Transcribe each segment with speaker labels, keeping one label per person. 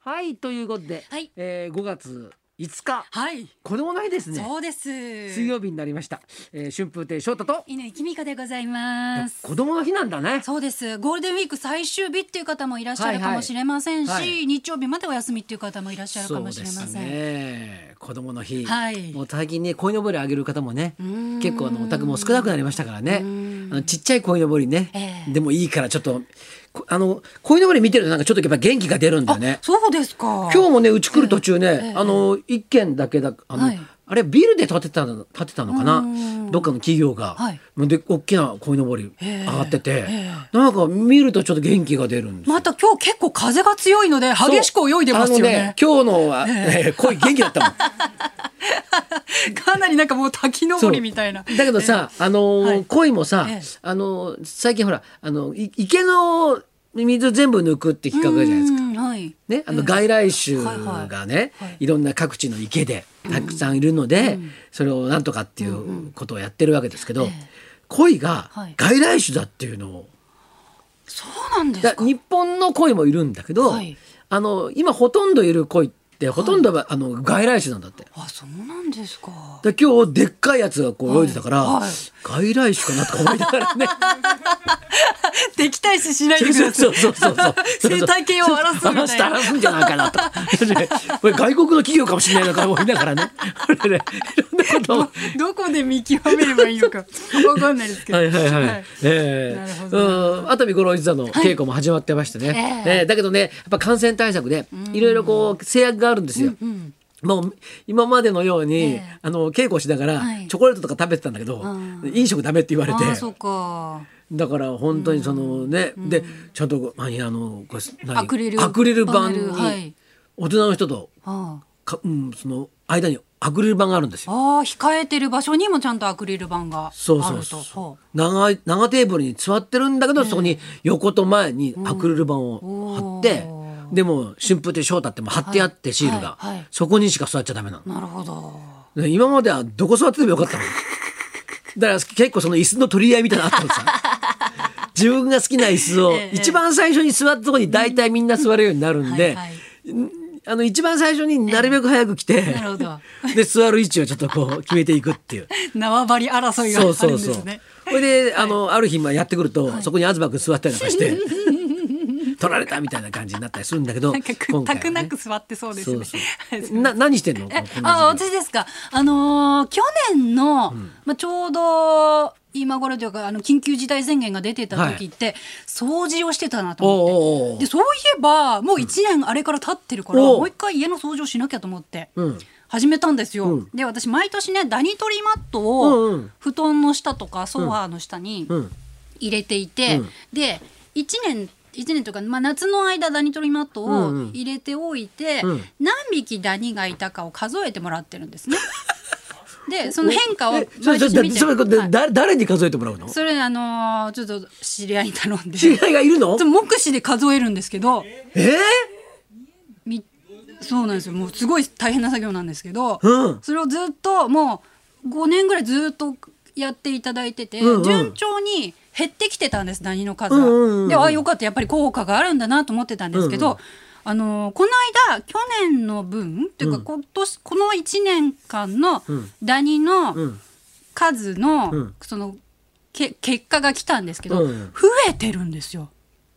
Speaker 1: はいということで、
Speaker 2: はい
Speaker 1: えー5月5日
Speaker 2: はい、
Speaker 1: このないですね
Speaker 2: そうです。
Speaker 1: 水曜日になりました、えー、春風亭昇太と
Speaker 2: 犬井美香でございます。
Speaker 1: 子供の日なんだね
Speaker 2: そうです。ゴールデンウィーク最終日っていう方もいらっしゃ
Speaker 1: は
Speaker 2: る
Speaker 1: いは
Speaker 2: か
Speaker 1: い
Speaker 2: もしれませんし、
Speaker 1: はい
Speaker 2: 日曜日までお休みっていう方もいらっしゃるかもしれません。
Speaker 1: そうですね子供の日、
Speaker 2: はい
Speaker 1: もう最近ね鯉のぼりあげる方もね
Speaker 2: ん
Speaker 1: 結構あのお宅も少なくなりましたからねあ
Speaker 2: うん
Speaker 1: のちっちゃい鯉のぼりね、
Speaker 2: ええ
Speaker 1: でもいいからちょっとこあの鯉のぼり見てるとなんかちょっとやっぱ元気が出るんだよね
Speaker 2: そうですか。
Speaker 1: 今日もねうち来る途中ね、
Speaker 2: ええ
Speaker 1: あの一軒だけだあの、
Speaker 2: はい
Speaker 1: あれビルで建てたの建てたのかな、
Speaker 2: うん
Speaker 1: どっかの企業が、
Speaker 2: はい
Speaker 1: で大きな鯉のぼり
Speaker 2: ええ
Speaker 1: 上がってて、
Speaker 2: え
Speaker 1: なんか見るとちょっと元気が出るんですよ。
Speaker 2: また今日結構風が強いので激しく泳いでますよね。
Speaker 1: そうあのね今日のは、ええ鯉元気だったも ん。
Speaker 2: かなりなんかもう
Speaker 1: そ
Speaker 2: 滝
Speaker 1: う
Speaker 2: 登りみたいな。
Speaker 1: だけどさ、あのー
Speaker 2: はい
Speaker 1: 鯉もさ、
Speaker 2: ええ
Speaker 1: あのー最近ほらあのい池の水全部抜くって企画あるじゃないですか。
Speaker 2: か。はい。
Speaker 1: ね、あの
Speaker 2: ええ
Speaker 1: 外来種
Speaker 2: はいはい
Speaker 1: がね、
Speaker 2: はい
Speaker 1: いろんな各地の池でたくさんいるので、それをなんとかっていうことをやってるわけですけど、
Speaker 2: ええ
Speaker 1: 鯉が
Speaker 2: はい
Speaker 1: 外来種だっていうのを、
Speaker 2: そうなんです
Speaker 1: だ
Speaker 2: か。
Speaker 1: 日本の鯉もいるんだけど、
Speaker 2: はい
Speaker 1: あの今ほとんどいる鯉ってほとんどは、あの外来種なんだって。
Speaker 2: あ、そうなんです か。
Speaker 1: で今日でっかいやつがこう泳いでたから、
Speaker 2: はいはい
Speaker 1: 外来種かなとか思いながらね
Speaker 2: 敵対視しないでく
Speaker 1: そうそ
Speaker 2: ださい。
Speaker 1: うそうそうそう
Speaker 2: 生態系を荒らすみたいな
Speaker 1: 荒。らすんじゃないかな とこれ外国の企業かもしれないなとか思いながらねこれねいろんなことを
Speaker 2: どどこで見極めればい いのかわかんないですけど。
Speaker 1: はいはいはい。え
Speaker 2: なる
Speaker 1: え
Speaker 2: ほど
Speaker 1: うん、熱海五郎一座の稽古も始まってましてね。
Speaker 2: え
Speaker 1: え
Speaker 2: え
Speaker 1: えだけどね、やっぱ感染対策で、いろいろこう制約があるんですよ。もう今までのように、
Speaker 2: ええ
Speaker 1: あの稽古しながら、
Speaker 2: はい
Speaker 1: チョコレートとか食べてたんだけど、
Speaker 2: うん
Speaker 1: 飲食ダメって言われ
Speaker 2: あ
Speaker 1: て
Speaker 2: あそうか。
Speaker 1: だから本当にそのね、でちゃんと何あのこれ何
Speaker 2: アクリル
Speaker 1: アクリル板に、
Speaker 2: パネルはい
Speaker 1: 大人の人と
Speaker 2: あ
Speaker 1: か、うん、その間にアクリル板があるんですよ
Speaker 2: あああ控えてる場所にもちゃんとアクリル板があると。
Speaker 1: そうそう
Speaker 2: ほ
Speaker 1: そう長い長テーブルに座ってるんだけど、そこに横と前にアクリル板を貼って、
Speaker 2: お
Speaker 1: でも春風亭昇太っても貼ってあってシールが、
Speaker 2: はいはい
Speaker 1: そこにしか座っちゃダメな
Speaker 2: うなるほど。
Speaker 1: の、で今まではどこ座っててもよかったのだから結構その椅子の取り合いみたいなのあったのさ自分が好きな椅子を
Speaker 2: ええ
Speaker 1: 一番最初に座ったとこに大体みんな座るようになるんで、
Speaker 2: うんはい
Speaker 1: あの一番最初になるべく早く来て、
Speaker 2: なるほど
Speaker 1: で座る位置をちょっとこう決めていくっていう。
Speaker 2: 縄張り争いがあるんですね。
Speaker 1: それであの、ある日まあやってくると、そこに東君座ったりとか して取られたみたいな感じになったりするんだけど
Speaker 2: なんかくったくな
Speaker 1: 今
Speaker 2: く座ってそうです
Speaker 1: 回は
Speaker 2: ね
Speaker 1: ね。そう
Speaker 2: はい
Speaker 1: そうな何してんのこのこの
Speaker 2: あ、私ですか。あのー去年の、まあ、ちょうど今頃というかあの緊急事態宣言が出てた時って、掃除をしてたなと思って。
Speaker 1: おうおうおう
Speaker 2: でそういえばもう1年あれから経ってるから、
Speaker 1: おう
Speaker 2: もう一回家の掃除をしなきゃと思って
Speaker 1: うん
Speaker 2: 始めたんですよ、
Speaker 1: うん
Speaker 2: で私毎年ねダニ取りマット
Speaker 1: うんう
Speaker 2: を
Speaker 1: ん
Speaker 2: 布団の下とかソファーの下に
Speaker 1: うん
Speaker 2: 入れていて、
Speaker 1: うん
Speaker 2: で1年1年というか、まあ、夏の間ダニ取りマットを
Speaker 1: うんうん
Speaker 2: 入れておいて、
Speaker 1: うん
Speaker 2: 何匹ダニがいたかを数えてもらってるんで すね。でその変化を
Speaker 1: えそれ
Speaker 2: 毎
Speaker 1: そ
Speaker 2: 年
Speaker 1: れ
Speaker 2: 見
Speaker 1: だ
Speaker 2: て
Speaker 1: それこれ
Speaker 2: はい
Speaker 1: だ誰に数えてもらうの
Speaker 2: それあのーちょっと知り合いに頼んで
Speaker 1: 知り合いがいるの
Speaker 2: ちょっと目視で数えるんですけど。
Speaker 1: えー
Speaker 2: みそうなんですよもうすごい大変な作業なんですけど、
Speaker 1: うん
Speaker 2: それをずっともう5年ぐらいずっとやっていただいてて、
Speaker 1: うんうん
Speaker 2: 順調に減ってきてたんですダニの数が。
Speaker 1: うんうんうんうん
Speaker 2: であよかったやっぱり効果があるんだなと思ってたんですけど、
Speaker 1: うんう
Speaker 2: あのこの間去年の分っていうか
Speaker 1: うん
Speaker 2: 今年、この1年間の
Speaker 1: うん
Speaker 2: ダニの
Speaker 1: うん
Speaker 2: 数の、
Speaker 1: うん
Speaker 2: そのけ結果が来たんですけど、
Speaker 1: うんうん
Speaker 2: 増えてるんですよ。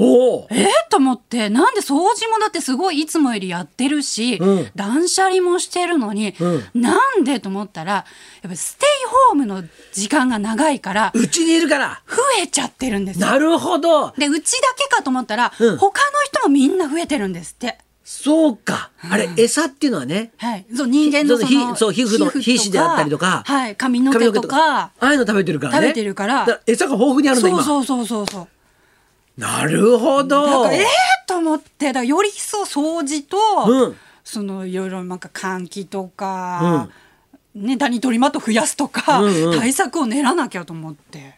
Speaker 1: おお
Speaker 2: えー、と思ってなんで掃除もだってすごいいつもよりやってるし、
Speaker 1: うん
Speaker 2: 断捨離もしてるのに、
Speaker 1: う
Speaker 2: なんでと思ったらやっぱりステイホームの時間が長いから
Speaker 1: うちにいるから
Speaker 2: 増えちゃってるんですよ。
Speaker 1: なるほど
Speaker 2: でうちだけかと思ったら、
Speaker 1: うん
Speaker 2: 他の人もみんな増えてるんですって。
Speaker 1: そうかあれ餌っていうのはね
Speaker 2: はい、そう人間のその
Speaker 1: ひそう皮膚の
Speaker 2: とか
Speaker 1: 皮脂であったりとか
Speaker 2: はい、髪の毛とか
Speaker 1: あ。あいうの食べてるからね
Speaker 2: 食べてるから
Speaker 1: だ餌が豊富にあるんだ
Speaker 2: そ
Speaker 1: 今
Speaker 2: うそうそうそうそう。
Speaker 1: なるほ
Speaker 2: だ
Speaker 1: ど
Speaker 2: からえー、と思ってだからより一層掃除と、
Speaker 1: うん
Speaker 2: そのいろいろなんか換気とか、ね、ダニ取りマット増やすとか、
Speaker 1: うんうん
Speaker 2: 対策を練らなきゃと思って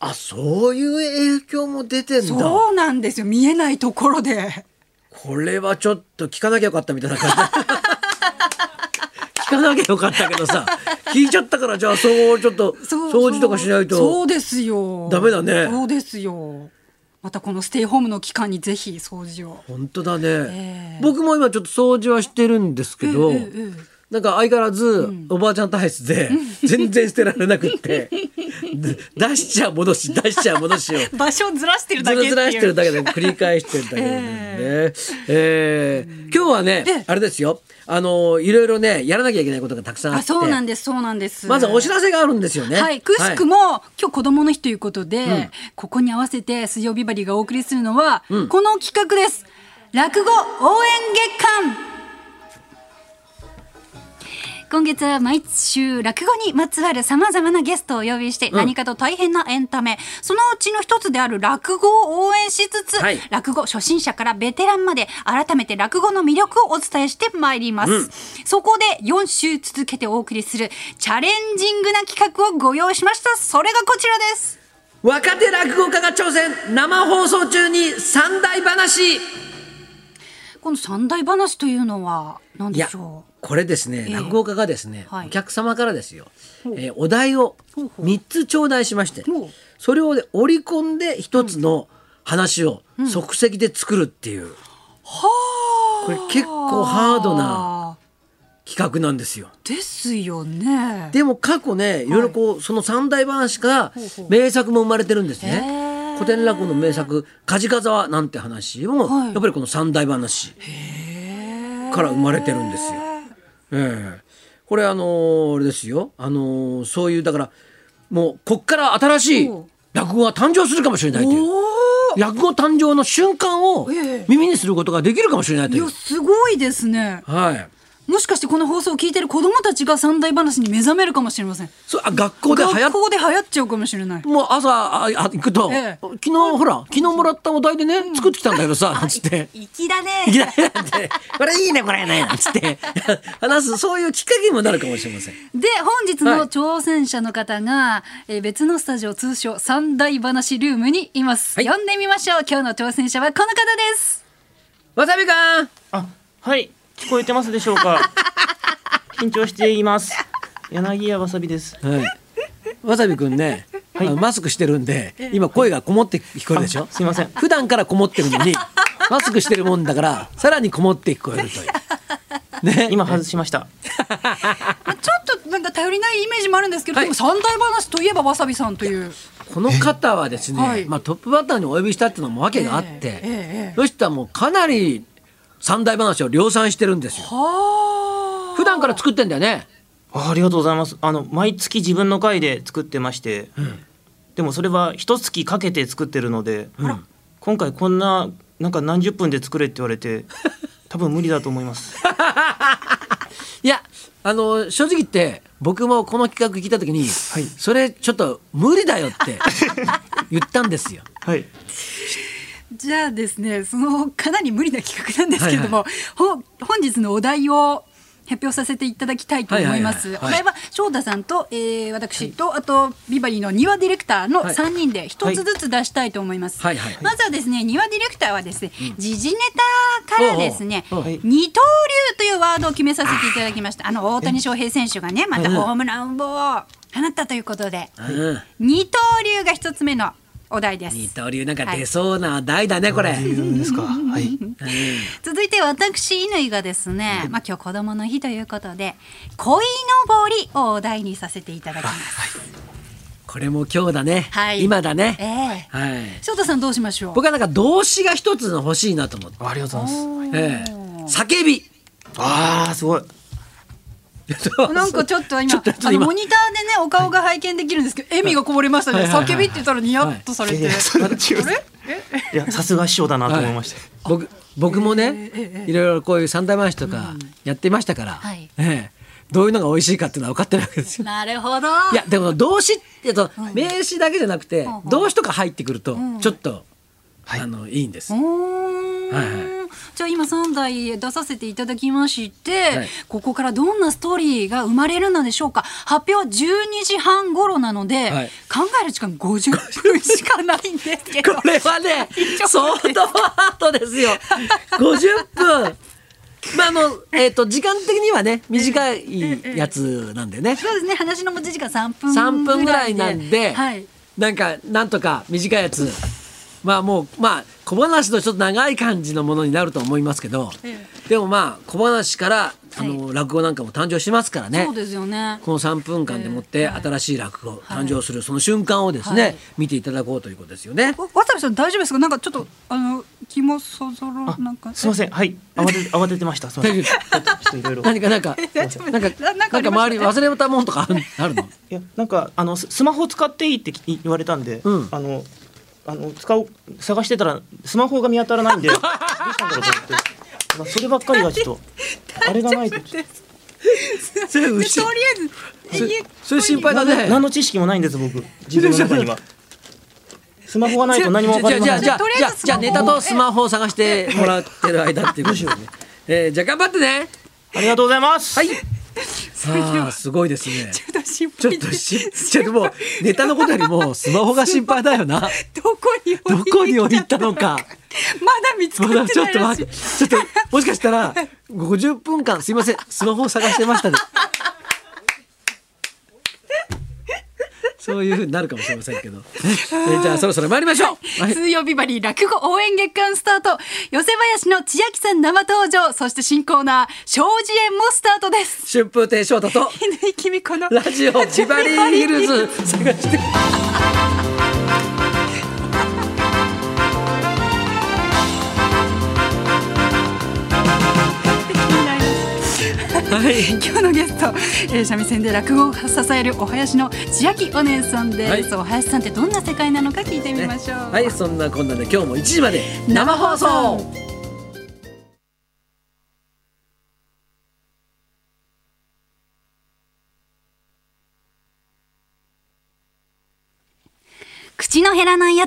Speaker 1: あそういう影響も出てんだ
Speaker 2: そうなんですよ見えないところで
Speaker 1: これはちょっと聞かなきゃよかったみたいな感じ 聞かなきゃよかったけどさ聞いちゃったからじゃあそうちょっと
Speaker 2: そう
Speaker 1: 掃除とかしないと
Speaker 2: そうですよ
Speaker 1: ダメだね
Speaker 2: そうですよまたこのステイホームの期間にぜひ掃除を。
Speaker 1: 本当だね、
Speaker 2: ええ
Speaker 1: 僕も今ちょっと掃除はしてるんですけど、
Speaker 2: ええええ
Speaker 1: なんか相変わらずおばあちゃん体質で全然捨てられなくって で出しちゃ戻し出しちゃ戻しを
Speaker 2: 場所をずらしてるだ
Speaker 1: ず
Speaker 2: けってい
Speaker 1: ら
Speaker 2: う。
Speaker 1: ずらしてるだけで繰り返してるだけで ね。えー今日はね、
Speaker 2: ええ
Speaker 1: あれですよあのいろいろねやらなきゃいけないことがたくさんあっ
Speaker 2: あ、
Speaker 1: て
Speaker 2: そうなんです、そうなんです。
Speaker 1: まずはお知らせがあるんですよね。
Speaker 2: はい、くしく
Speaker 1: も、
Speaker 2: も、今日子どもの日ということで、ここに合わせて水曜日バリがお送りするのは、この企画です落語応援月間今月は毎週落語にまつわるさまざまなゲストをお呼びして何かと大変なエンタメ、そのうちの一つである落語を応援しつつ、
Speaker 1: はい
Speaker 2: 落語初心者からベテランまで改めて落語の魅力をお伝えしてまいります、そこで4週続けてお送りするチャレンジングな企画をご用意しましたそれがこちらです
Speaker 1: 若手落語家が挑戦生放送中に三大話
Speaker 2: この三大話というのは何
Speaker 1: い
Speaker 2: で
Speaker 1: や
Speaker 2: しょう
Speaker 1: これですね、
Speaker 2: ええ
Speaker 1: 落語家がですね、
Speaker 2: はい
Speaker 1: お客様からですよ、えーお題を
Speaker 2: ほうほう
Speaker 1: 3つ頂戴しまして
Speaker 2: ほう
Speaker 1: それを、ね、織り込んで1つの話を即席で作るっていう、これ結構ハードな
Speaker 2: あ
Speaker 1: 企画なんですよ。
Speaker 2: ーですよね
Speaker 1: でも過去ねいろいろこう、その三大話から
Speaker 2: うほう
Speaker 1: 名作も生まれてるんです
Speaker 2: へ
Speaker 1: ね。
Speaker 2: ー
Speaker 1: 古典落語の名作「梶風は」なんて話も、
Speaker 2: はい
Speaker 1: やっぱりこの三大話から生まれてるんですよ。ええこれあのーあれですよあのーそういうだからもうこっから新しい
Speaker 2: おう
Speaker 1: 落語が誕生するかもしれないという
Speaker 2: お
Speaker 1: 落語誕生の瞬間を
Speaker 2: ええ
Speaker 1: 耳にすることができるかもしれないと
Speaker 2: ーい
Speaker 1: いう
Speaker 2: や。すごいですね
Speaker 1: はい
Speaker 2: もしかしてこの放送を聞いてる子どもたちが三大話に目覚めるかもしれません
Speaker 1: そうあ学校で流行っ
Speaker 2: 学校で流行っちゃうかもしれない
Speaker 1: もう朝ああ行くと、
Speaker 2: ええ
Speaker 1: 昨日ほら昨日もらったお題でね、作ってきたんだけどさなんつって。
Speaker 2: 粋だね
Speaker 1: いきなりなんてこれいいねこれねなんつって話すそういうきっかけにもなるかもしれません。
Speaker 2: で本日の挑戦者の方が、えー別のスタジオ通称三大話ルームにいます、
Speaker 1: はい
Speaker 2: 呼んでみましょう今日の挑戦者はこの方です
Speaker 1: わさびかん
Speaker 3: あ、はい、聞こえてますでしょう か。緊張しています。柳家わさびです。
Speaker 1: はい。わさびくんね、あのマスクしてるんで、今声がこもって聞こえるでしょ
Speaker 3: あ。すいません
Speaker 1: 普段からこもってるのに、マスクしてるもんだから、さらにこもって聞こえるという。ね。
Speaker 3: 今外しました。
Speaker 2: まあちょっとなんか頼りないイメージもあるんですけど、
Speaker 1: はい
Speaker 2: でも三大話といえばわさびさんという
Speaker 1: この方はですね、
Speaker 2: はい
Speaker 1: まあトップバッターにお呼びしたっていうのも訳があっ
Speaker 2: えええ
Speaker 1: て
Speaker 2: え、
Speaker 1: よしはもうかなり三大話を量産してるんですよ。
Speaker 2: は
Speaker 1: 普段から作ってんだよね。
Speaker 3: あ、ありがとうございます。あの毎月自分の回で作ってまして、でもそれは一月かけて作ってるので、今回こんななんか何十分で作れって言われ て、多分無理だと思います。
Speaker 1: いや、あの正直言って僕もこの企画聞いた時に、
Speaker 3: い
Speaker 1: それちょっと無理だよって 言ったんですよ。
Speaker 3: はい。
Speaker 2: じゃあですねそのかなり無理な企画なんですけれども、ほ本日のお題を発表させていただきたいと思います。
Speaker 1: はいはいはいはい
Speaker 2: お題は翔太さんと、えー私と、あとビバリーの庭ディレクターの
Speaker 1: はい
Speaker 2: 3人で一つずつ出したいと思います。
Speaker 1: はいはいはい
Speaker 2: まずはですね庭ディレクターはですね、時事ネタからですね
Speaker 1: おうおう
Speaker 3: おうはい
Speaker 2: 二刀流というワードを決めさせていただきました。あの大谷翔平選手がねまたホームランを放ったということで、
Speaker 1: うん
Speaker 2: 二刀流が一つ目のお題です。
Speaker 1: 二刀流なんか出そうな題だね、これ。
Speaker 3: いるんですか。はい。
Speaker 2: 続いて私乾がですね、まあ今日子供の日ということで鯉のぼりをお題にさせていただきます。
Speaker 1: これも今日だね。
Speaker 2: はい
Speaker 1: 今だ
Speaker 2: え
Speaker 1: ね。
Speaker 2: え
Speaker 1: はい。
Speaker 2: 翔太さんどうしましょう。
Speaker 1: 僕はなんか動詞が一つの欲しいなと思って。
Speaker 3: ありがとうございます。
Speaker 1: ええ叫び。
Speaker 3: ああ、すごい。
Speaker 2: なんかちょっと今
Speaker 1: ちょっとちょっと
Speaker 2: あの
Speaker 1: 今
Speaker 2: モニターでねお顔が拝見できるんですけど、笑みがこぼれましたね、
Speaker 1: はいはいはい
Speaker 2: 叫びって言ったらニヤッとされ
Speaker 3: い
Speaker 2: て、
Speaker 3: やいやそれは違う
Speaker 2: あれ え
Speaker 3: いや、さすが師匠だなと思いました。
Speaker 1: 僕僕もね、いろいろこういう三大回しとかやってましたから、
Speaker 2: はい
Speaker 1: ええどういうのが美味しいかっていうのは分かってるわけですよ。
Speaker 2: なるほど
Speaker 1: いやでも動詞ってと名詞だけじゃなくて
Speaker 2: ほうほう
Speaker 1: 動詞とか入ってくるとちょっと、
Speaker 3: はい
Speaker 1: あのいいんです
Speaker 2: お。ーん
Speaker 1: はい
Speaker 2: じゃあ今3台出させていただきまして、
Speaker 1: はい
Speaker 2: ここからどんなストーリーが生まれるのでしょうか発表は12時半頃なので、
Speaker 1: はい
Speaker 2: 考える時間50分しかないんですけど
Speaker 1: これはね
Speaker 2: 一、応
Speaker 1: 相当ハードですよ。50分。まあ、あの、えっ、と、時間的にはね、短いやつなんでね。
Speaker 2: そうですね話の持ち時間3分
Speaker 1: 3分ぐらいなんで、
Speaker 2: はい、
Speaker 1: なんか、なんとか短いやつまあもうまあ小話のちょっと長い感じのものになると思いますけど、
Speaker 2: え
Speaker 1: でもまあ小話からあの、
Speaker 2: は
Speaker 1: 落語なんかも誕生しますからね。
Speaker 2: そうですよね。
Speaker 1: この3分間でもって新しい落語誕生するその瞬間をですね、
Speaker 2: はい
Speaker 1: 見ていただこうということですよね。
Speaker 2: わ渡部さん大丈夫ですかなんかちょっとあの気もそぞろなんか
Speaker 3: あすいませんはい慌てて慌ててましたすいませ
Speaker 1: 大
Speaker 3: んち
Speaker 1: 丈
Speaker 3: ょっとちょっと いろいろ
Speaker 1: 何かなんか
Speaker 2: 大丈夫
Speaker 1: なんか
Speaker 2: ななんか
Speaker 1: な
Speaker 2: あ
Speaker 1: んか
Speaker 2: りました
Speaker 1: 周りに忘れたもんとかあるあるの？
Speaker 3: いやなんかあのススマホ使っていいってき言われたんで、
Speaker 1: うん
Speaker 3: あのあの使おう探してたらスマホが見当たら ないんでどうしたんだろうと思ってなんかそればっかりがちょっとあれがないと
Speaker 1: それう
Speaker 2: で
Speaker 1: ち
Speaker 2: とりあえず
Speaker 1: それ
Speaker 2: 家
Speaker 1: それ心配だね。
Speaker 3: 何の知識もないんです僕自分 の中にはスマホがないと何も分か
Speaker 1: じゃ
Speaker 3: り
Speaker 1: あ
Speaker 3: ま
Speaker 1: じゃあじ
Speaker 3: せん
Speaker 1: ゃあ
Speaker 2: とり
Speaker 1: じ
Speaker 2: あ
Speaker 1: ゃ
Speaker 2: え
Speaker 1: あ
Speaker 2: ず
Speaker 1: じゃあネタとスマホを探してもらってる間っていうことですね。えーじゃあ頑張ってね。
Speaker 3: ありがとうございます、
Speaker 1: はい。ああすごいですね。
Speaker 2: ちょっと心
Speaker 1: ちょっ
Speaker 2: 配
Speaker 1: と
Speaker 2: で
Speaker 1: し、ちょっともうネタのことよりもスマホが心配だよな。
Speaker 2: どこに置いてきた
Speaker 1: どこに置いたのか。
Speaker 2: まだ見つか
Speaker 1: ま
Speaker 2: ってない
Speaker 1: だ
Speaker 2: ら
Speaker 1: ちょっと待
Speaker 2: しい
Speaker 1: って、ちょっともしかしたら50分間すいませんスマホを探してましたね。そういうふうになるかもしれませんけど。えじゃあそろそろ参りましょう。はい。
Speaker 2: 水曜日バリ落語応援月間スタート寄せ林の千秋さん生登場そして新コーナー障子園もスタートです
Speaker 1: 春風亭昇太と
Speaker 2: 乾君子の
Speaker 1: ラジオ千葉リーヒルズ探して。はい。
Speaker 2: 今日のゲスト、えー、三味線で落語を支えるお囃子の千秋お姉さんです、
Speaker 1: はい
Speaker 2: お囃子さんってどんな世界なのか聞いてみましょう、
Speaker 1: はい、そんなこんなで今日も1時まで生放送。
Speaker 2: 口の減らないやつ